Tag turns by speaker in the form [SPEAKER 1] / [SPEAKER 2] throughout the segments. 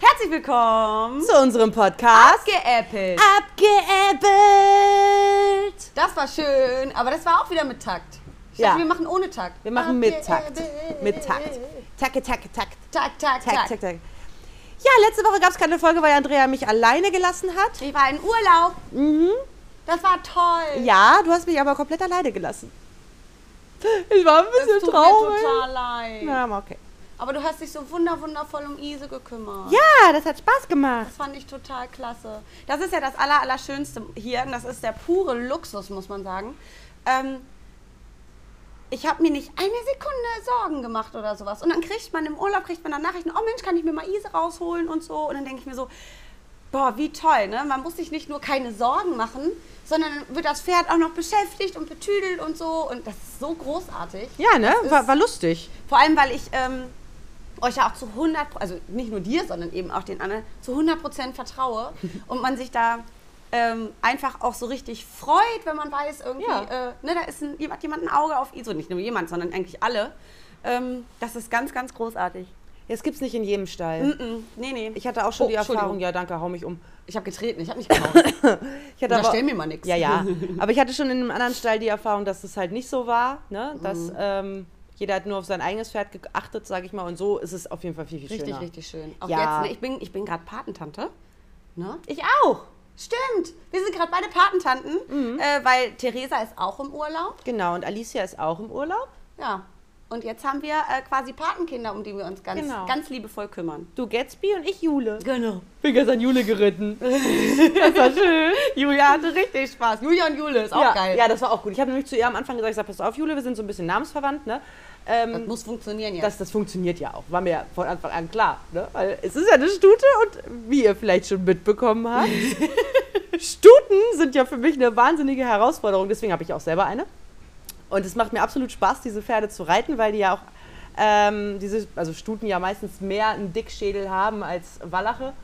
[SPEAKER 1] herzlich willkommen
[SPEAKER 2] zu unserem Podcast
[SPEAKER 1] Abgeäppelt.
[SPEAKER 2] Abgeäppelt.
[SPEAKER 1] Das war schön, aber das war auch wieder mit Takt. Ich
[SPEAKER 2] Ja.
[SPEAKER 1] dachte, wir machen ohne Takt.
[SPEAKER 2] Wir machen mit Takt. Mit Takt. Tacke, tacke, takt.
[SPEAKER 1] Takt, Takt,
[SPEAKER 2] Tack,
[SPEAKER 1] Takt.
[SPEAKER 2] tack, tack. Ja, letzte Woche gab es keine Folge, weil Andrea mich alleine gelassen hat. Mhm.
[SPEAKER 1] Ich war in Urlaub. Das war toll.
[SPEAKER 2] Ja, du hast mich aber komplett alleine gelassen. Ich war ein
[SPEAKER 1] Es
[SPEAKER 2] bisschen
[SPEAKER 1] tut mir
[SPEAKER 2] traurig.
[SPEAKER 1] total leid.
[SPEAKER 2] Na, aber okay.
[SPEAKER 1] Aber du hast dich so wunder wundervoll um Ise gekümmert.
[SPEAKER 2] Ja, das hat Spaß gemacht.
[SPEAKER 1] Das fand ich total klasse. Das ist ja das Aller, Allerschönste hier. Und das ist der pure Luxus, muss man sagen. Ähm, ich habe mir nicht eine Sekunde Sorgen gemacht oder sowas. Und dann kriegt man im Urlaub, kriegt man dann Nachrichten, oh Mensch, kann ich mir mal Ise rausholen und so. Und dann denke ich mir so, boah, wie toll, ne? Man muss sich nicht nur keine Sorgen machen, sondern dann wird das Pferd auch noch beschäftigt und betüdelt und so. Und das ist so großartig.
[SPEAKER 2] Ja, ne?
[SPEAKER 1] ist-
[SPEAKER 2] War, war lustig.
[SPEAKER 1] Vor allem, weil ich ähm, euch ja auch zu 100, Pro- also nicht nur dir, sondern eben auch den anderen, zu 100 Prozent vertraue und man sich da ähm, einfach auch so richtig freut, wenn man weiß, irgendwie,
[SPEAKER 2] Ja.
[SPEAKER 1] äh, ne, da ist ein, jemand, jemand ein Auge auf ihn, so nicht nur jemand, sondern eigentlich alle. Ähm, das ist ganz, ganz großartig.
[SPEAKER 2] Jetzt gibt's nicht in jedem Stall.
[SPEAKER 1] Mm -mm, nee, nee.
[SPEAKER 2] Ich hatte auch schon
[SPEAKER 1] Oh,
[SPEAKER 2] die Erfahrung,
[SPEAKER 1] Entschuldigung.
[SPEAKER 2] ja danke, hau mich um.
[SPEAKER 1] Ich habe getreten, ich habe nicht gehauen.
[SPEAKER 2] Ich hatte aber,
[SPEAKER 1] Unterstell mir mal nichts.
[SPEAKER 2] Ja, ja. Aber ich hatte schon in einem anderen Stall die Erfahrung, dass es halt nicht so war, ne? dass
[SPEAKER 1] Mhm.
[SPEAKER 2] ähm, jeder hat nur auf sein eigenes Pferd geachtet, sage ich mal. Und so ist es auf jeden Fall viel, viel
[SPEAKER 1] Richtig,
[SPEAKER 2] schöner.
[SPEAKER 1] richtig schön. Auch
[SPEAKER 2] Ja.
[SPEAKER 1] jetzt, ne, ich bin, ich bin gerade Patentante. Ne? Ich auch. Stimmt. Wir sind gerade beide Patentanten, äh, weil Theresa ist auch im Urlaub.
[SPEAKER 2] Genau, und Alicia ist auch im Urlaub.
[SPEAKER 1] Ja. Und jetzt haben wir äh, quasi Patenkinder, um die wir uns ganz,
[SPEAKER 2] Genau.
[SPEAKER 1] ganz liebevoll kümmern.
[SPEAKER 2] Du Gatsby und ich Jule.
[SPEAKER 1] Genau.
[SPEAKER 2] bin gestern Jule geritten. das war schön.
[SPEAKER 1] Julia hatte richtig Spaß. Julia und Jule ist auch
[SPEAKER 2] ja,
[SPEAKER 1] geil.
[SPEAKER 2] ja, das war auch gut. Ich habe nämlich zu ihr am Anfang gesagt, ich sag, pass auf, Jule, wir sind so ein bisschen namensverwandt, ne? Ähm,
[SPEAKER 1] Das muss funktionieren jetzt.
[SPEAKER 2] das, das funktioniert ja auch. War mir ja von Anfang an klar. Ne? Weil es ist ja eine Stute und wie ihr vielleicht schon mitbekommen habt, Stuten sind ja für mich eine wahnsinnige Herausforderung. Deswegen habe ich auch selber eine. Und es macht mir absolut Spaß, diese Pferde zu reiten, weil die ja auch ähm, diese, also Stuten ja meistens mehr einen Dickschädel haben als Wallache.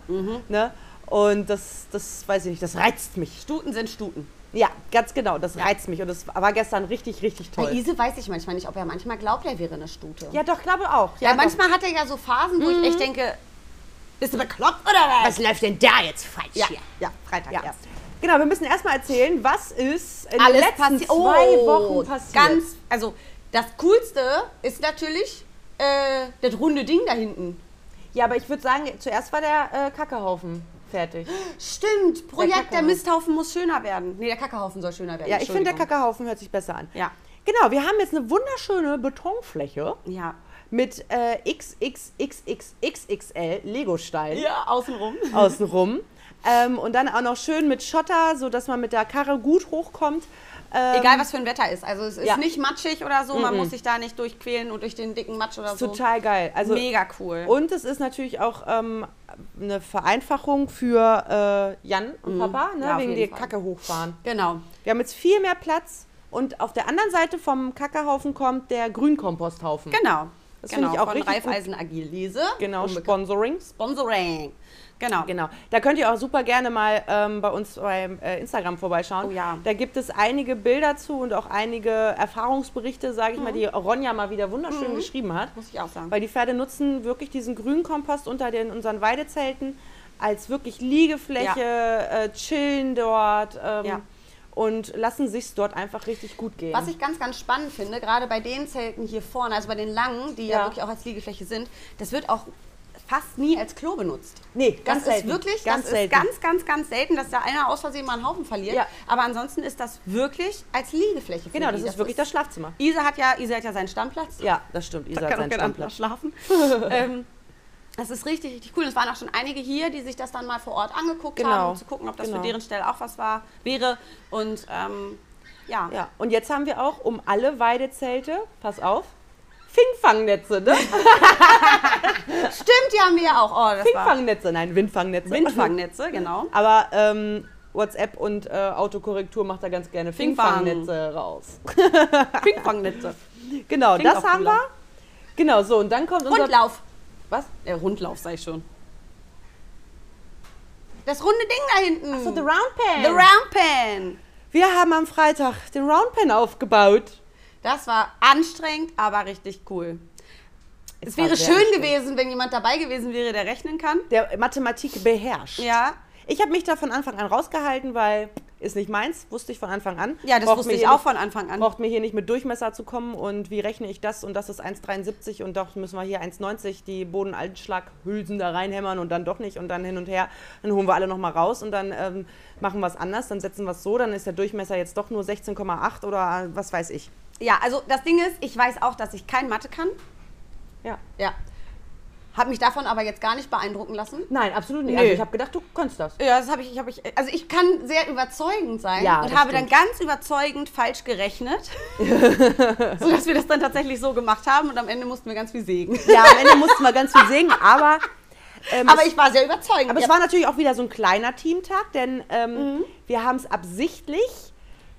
[SPEAKER 2] Ne? Und das, das weiß ich nicht, das reizt mich.
[SPEAKER 1] Stuten sind Stuten.
[SPEAKER 2] Ja, ganz genau, das reizt mich. Und das war gestern richtig, richtig
[SPEAKER 1] Bei
[SPEAKER 2] toll.
[SPEAKER 1] Ise weiß ich manchmal nicht, ob er manchmal glaubt, er wäre eine Stute.
[SPEAKER 2] Ja, doch, glaube auch.
[SPEAKER 1] Ja,
[SPEAKER 2] doch. Mhm.
[SPEAKER 1] manchmal hat er ja so Phasen, wo ich echt denke, bist du bekloppt oder was?
[SPEAKER 2] läuft denn da jetzt falsch
[SPEAKER 1] Ja, ja, Freitag
[SPEAKER 2] Ja.
[SPEAKER 1] erst.
[SPEAKER 2] Genau, wir müssen erstmal erzählen, was ist in den
[SPEAKER 1] Alles
[SPEAKER 2] letzten
[SPEAKER 1] passi-
[SPEAKER 2] zwei
[SPEAKER 1] Oh,
[SPEAKER 2] Wochen passiert.
[SPEAKER 1] Ganz, also das Coolste ist natürlich äh, das runde Ding da hinten.
[SPEAKER 2] ja, aber ich würde sagen, zuerst war der äh, Kackehaufen fertig.
[SPEAKER 1] Stimmt, Projekt der,
[SPEAKER 2] Kackehaufen.
[SPEAKER 1] Misthaufen muss schöner werden. Nee, der Kackehaufen soll schöner werden.
[SPEAKER 2] Ja, ich finde, der
[SPEAKER 1] Entschuldigung.
[SPEAKER 2] Kackehaufen hört sich besser an.
[SPEAKER 1] Ja.
[SPEAKER 2] Genau, wir haben jetzt eine wunderschöne Betonfläche
[SPEAKER 1] Ja.
[SPEAKER 2] mit äh, XXXXXXL Legostein
[SPEAKER 1] Ja, außenrum.
[SPEAKER 2] außenrum. Ähm, und dann auch noch schön mit Schotter, sodass man mit der Karre gut hochkommt. Ähm,
[SPEAKER 1] Egal, was für ein Wetter ist. Also, es ist
[SPEAKER 2] Ja.
[SPEAKER 1] nicht matschig oder so. Man muss sich da nicht durchquälen und durch den dicken Matsch oder so.
[SPEAKER 2] Total geil. Also,
[SPEAKER 1] Mega cool.
[SPEAKER 2] Und es ist natürlich auch ähm, eine Vereinfachung für äh, Jan und Papa, ne?
[SPEAKER 1] Mhm. Ja, auf
[SPEAKER 2] wegen der
[SPEAKER 1] jeden Fall.
[SPEAKER 2] Kacke hochfahren.
[SPEAKER 1] genau.
[SPEAKER 2] Wir haben jetzt viel mehr Platz und auf der anderen Seite vom Kackehaufen kommt der Grünkomposthaufen.
[SPEAKER 1] Genau.
[SPEAKER 2] Das
[SPEAKER 1] genau.
[SPEAKER 2] finde ich auch
[SPEAKER 1] Von
[SPEAKER 2] richtig
[SPEAKER 1] Raiffeisen Agil Lese.
[SPEAKER 2] Genau,
[SPEAKER 1] Unbekannt.
[SPEAKER 2] Sponsorings.
[SPEAKER 1] Sponsoring. Genau.
[SPEAKER 2] Genau. Da könnt ihr auch super gerne mal ähm, bei uns beim äh, Instagram vorbeischauen.
[SPEAKER 1] Oh ja.
[SPEAKER 2] Da gibt es einige Bilder zu und auch einige Erfahrungsberichte, sage ich
[SPEAKER 1] Mhm.
[SPEAKER 2] mal, die Ronja mal wieder wunderschön geschrieben hat.
[SPEAKER 1] Muss ich auch sagen.
[SPEAKER 2] Weil die Pferde nutzen wirklich diesen grünen Kompost unter den, unseren Weidezelten als wirklich Liegefläche, äh, chillen dort ähm,
[SPEAKER 1] Ja.
[SPEAKER 2] und lassen sich dort einfach richtig gut gehen.
[SPEAKER 1] Was ich ganz, ganz spannend finde, gerade bei den Zelten hier vorne, also bei den langen, die ja,
[SPEAKER 2] Ja.
[SPEAKER 1] wirklich auch als Liegefläche sind, das wird auch fast nie als Klo benutzt.
[SPEAKER 2] Nee, ganz
[SPEAKER 1] das
[SPEAKER 2] selten.
[SPEAKER 1] ist wirklich,
[SPEAKER 2] Ganz
[SPEAKER 1] das
[SPEAKER 2] selten.
[SPEAKER 1] ist ganz, ganz, ganz selten, dass da einer aus Versehen mal einen Haufen verliert.
[SPEAKER 2] Ja.
[SPEAKER 1] Aber ansonsten ist das wirklich als Liegefläche. für
[SPEAKER 2] genau,
[SPEAKER 1] die.
[SPEAKER 2] das ist wirklich das Schlafzimmer.
[SPEAKER 1] Isa hat ja, Isa hat ja seinen Stammplatz.
[SPEAKER 2] Ja, das stimmt. Isa hat
[SPEAKER 1] kann auch
[SPEAKER 2] seinen
[SPEAKER 1] kein anderer
[SPEAKER 2] Stammplatz.
[SPEAKER 1] schlafen. ähm, das ist richtig, richtig cool. Es waren auch schon einige hier, die sich das dann mal vor Ort angeguckt haben,
[SPEAKER 2] Genau.
[SPEAKER 1] um zu gucken, ob das
[SPEAKER 2] Genau.
[SPEAKER 1] für deren Stelle auch was war, wäre. Und ähm, ja.
[SPEAKER 2] Ja, und jetzt haben wir auch um alle Weidezelte, pass auf, Fingfangnetze, ne?
[SPEAKER 1] Stimmt, die haben wir ja auch. Oh, das war
[SPEAKER 2] Fingfangnetze, nein, Windfangnetze.
[SPEAKER 1] Windfangnetze, genau.
[SPEAKER 2] Aber ähm, WhatsApp und äh, Autokorrektur macht da ganz gerne
[SPEAKER 1] Fingfang.
[SPEAKER 2] Fingfangnetze raus.
[SPEAKER 1] Pingpongnetze.
[SPEAKER 2] Genau,
[SPEAKER 1] Klingt
[SPEAKER 2] das
[SPEAKER 1] auch
[SPEAKER 2] haben
[SPEAKER 1] cooler.
[SPEAKER 2] wir. Genau, so, und dann kommt unser...
[SPEAKER 1] Rundlauf.
[SPEAKER 2] Was?
[SPEAKER 1] Äh, Rundlauf, sag ich schon. Das runde Ding da hinten.
[SPEAKER 2] So, the Round Pen.
[SPEAKER 1] The Round Pen.
[SPEAKER 2] wir haben am Freitag den Round Pen aufgebaut.
[SPEAKER 1] Das war anstrengend, aber richtig cool. Es
[SPEAKER 2] war
[SPEAKER 1] wäre
[SPEAKER 2] sehr
[SPEAKER 1] schön
[SPEAKER 2] anstrengend.
[SPEAKER 1] gewesen, wenn jemand dabei gewesen wäre, der rechnen kann.
[SPEAKER 2] Der Mathematik beherrscht.
[SPEAKER 1] Ja.
[SPEAKER 2] Ich habe mich da von Anfang an rausgehalten, weil ist nicht meins, wusste ich von Anfang an.
[SPEAKER 1] Ja, das
[SPEAKER 2] Braucht
[SPEAKER 1] wusste
[SPEAKER 2] mir
[SPEAKER 1] ich
[SPEAKER 2] hier
[SPEAKER 1] auch
[SPEAKER 2] nicht-
[SPEAKER 1] von Anfang an.
[SPEAKER 2] Braucht mir hier nicht mit Durchmesser zu kommen und wie rechne ich das und das ist 1,73 und doch müssen wir hier 1,90 die Bodeneinschlaghülsen da reinhämmern und dann doch nicht und dann hin und her. Dann holen wir alle nochmal raus und dann ähm, machen wir es anders, dann setzen wir es so, dann ist der Durchmesser jetzt doch nur 16,8 oder äh, was weiß ich.
[SPEAKER 1] Ja, also das Ding ist, ich weiß auch, dass ich kein Mathe kann.
[SPEAKER 2] Ja.
[SPEAKER 1] Ja. Hab mich davon aber jetzt gar nicht beeindrucken lassen.
[SPEAKER 2] Nein, absolut nicht.
[SPEAKER 1] Nö.
[SPEAKER 2] Also ich habe gedacht, du kannst das.
[SPEAKER 1] Ja, das habe ich, ich habe ich, also ich kann sehr überzeugend sein
[SPEAKER 2] Ja,
[SPEAKER 1] und
[SPEAKER 2] das
[SPEAKER 1] habe
[SPEAKER 2] stimmt.
[SPEAKER 1] dann ganz überzeugend falsch gerechnet, sodass wir das dann tatsächlich so gemacht haben und am Ende mussten wir ganz viel sägen.
[SPEAKER 2] Ja, am Ende mussten wir ganz viel singen, aber. ähm,
[SPEAKER 1] Aber ich war sehr überzeugend.
[SPEAKER 2] Aber
[SPEAKER 1] Ja.
[SPEAKER 2] es war natürlich auch wieder so ein kleiner Teamtag, denn ähm, wir haben es absichtlich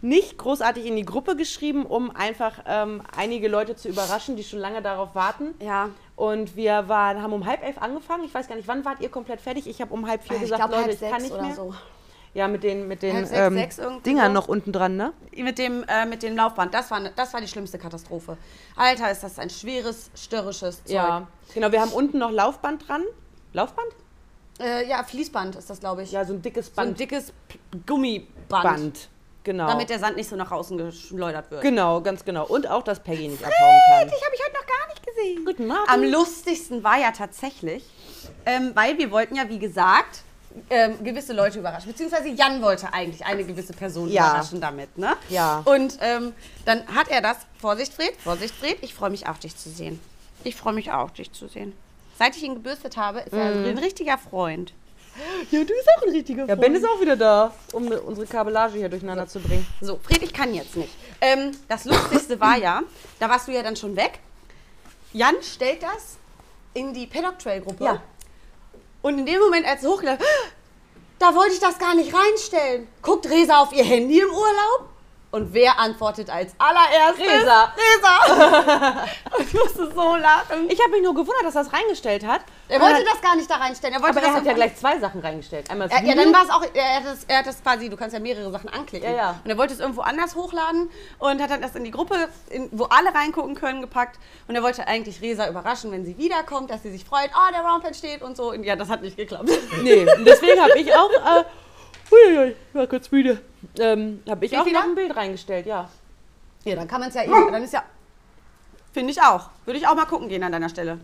[SPEAKER 2] nicht großartig in die Gruppe geschrieben, um einfach ähm, einige Leute zu überraschen, die schon lange darauf warten.
[SPEAKER 1] ja,
[SPEAKER 2] Und wir waren, haben um halb elf angefangen. Ich weiß gar nicht, wann wart ihr komplett fertig? Ich habe um halb vier
[SPEAKER 1] Ah, ich
[SPEAKER 2] gesagt,
[SPEAKER 1] glaube
[SPEAKER 2] Leute,
[SPEAKER 1] halb
[SPEAKER 2] ich kann
[SPEAKER 1] sechs
[SPEAKER 2] nicht
[SPEAKER 1] oder
[SPEAKER 2] mehr.
[SPEAKER 1] so.
[SPEAKER 2] Ja, mit den, mit den
[SPEAKER 1] Halb sechs,
[SPEAKER 2] ähm,
[SPEAKER 1] sechs irgendwie
[SPEAKER 2] Dingern
[SPEAKER 1] so.
[SPEAKER 2] noch unten dran, ne?
[SPEAKER 1] Mit dem, äh, mit dem Laufband, das war, ne- das war die schlimmste Katastrophe. Alter, ist das ein schweres, störrisches Zeug.
[SPEAKER 2] Ja. Genau, wir haben unten noch Laufband dran. Laufband?
[SPEAKER 1] äh, ja Fließband ist das, glaube ich.
[SPEAKER 2] Ja, so ein dickes
[SPEAKER 1] so ein
[SPEAKER 2] Band.
[SPEAKER 1] dickes P- Gummiband,
[SPEAKER 2] Band. Genau.
[SPEAKER 1] damit der Sand nicht so nach außen geschleudert wird.
[SPEAKER 2] genau, ganz genau. Und auch, dass Peggy nicht abhauen kann.
[SPEAKER 1] Ich habe ich heute noch gar nicht gesehen.
[SPEAKER 2] Guten Morgen.
[SPEAKER 1] Am lustigsten war ja tatsächlich, ähm, weil wir wollten ja, wie gesagt, ähm, gewisse Leute überraschen. Beziehungsweise Jan wollte eigentlich eine gewisse Person
[SPEAKER 2] Ja.
[SPEAKER 1] überraschen damit. Ne?
[SPEAKER 2] Ja.
[SPEAKER 1] Und ähm, dann hat er das, Vorsicht Fred, Vorsicht Fred, ich freue mich auf dich zu sehen. Ich freue mich auch, dich zu sehen. Seit ich ihn gebürstet habe, ist er ein richtiger Freund. Mhm. Ja, du bist auch ein richtiger Freund.
[SPEAKER 2] Ja, Ben ist auch wieder da, um unsere Kabellage hier durcheinander zu bringen.
[SPEAKER 1] So, Fred, ich kann jetzt nicht. Ähm, das Lustigste war ja, da warst du ja dann schon weg. Jan stellt das in die Paddock Trail Gruppe.
[SPEAKER 2] Ja.
[SPEAKER 1] Und in dem Moment, als es hochgeladen da wollte ich das gar nicht reinstellen. Guckt Resa auf ihr Handy im Urlaub? Und wer antwortet als allererstes?
[SPEAKER 2] Resa.
[SPEAKER 1] Resa! ich musste so lachen.
[SPEAKER 2] Ich habe mich nur gewundert, dass er es reingestellt hat.
[SPEAKER 1] Er
[SPEAKER 2] Und
[SPEAKER 1] wollte
[SPEAKER 2] dann-
[SPEAKER 1] das gar nicht da reinstellen. Er wollte
[SPEAKER 2] äh, Aber
[SPEAKER 1] das
[SPEAKER 2] er hat
[SPEAKER 1] auf-
[SPEAKER 2] ja gleich zwei Sachen reingestellt. Einmal das
[SPEAKER 1] ja, ja,
[SPEAKER 2] Video-
[SPEAKER 1] dann war es auch, er hat, das, er hat das quasi, du kannst ja mehrere Sachen anklicken.
[SPEAKER 2] Mhm. Ja, ja.
[SPEAKER 1] Und er wollte es irgendwo anders hochladen und hat dann das in die Gruppe, in, wo alle reingucken können, gepackt. Und er wollte eigentlich Resa überraschen, wenn sie wiederkommt, dass sie sich freut, oh, der Roundpad steht und so. Und ja, das hat nicht geklappt.
[SPEAKER 2] Nee, und deswegen habe ich auch. Äh, uiuiui, ich war kurz müde. Ähm, habe ich
[SPEAKER 1] Wie
[SPEAKER 2] auch
[SPEAKER 1] viele?
[SPEAKER 2] noch ein Bild reingestellt, ja.
[SPEAKER 1] ja, dann kann man es ja eben, dann ist ja, finde ich auch. Würde ich auch mal gucken gehen an deiner Stelle.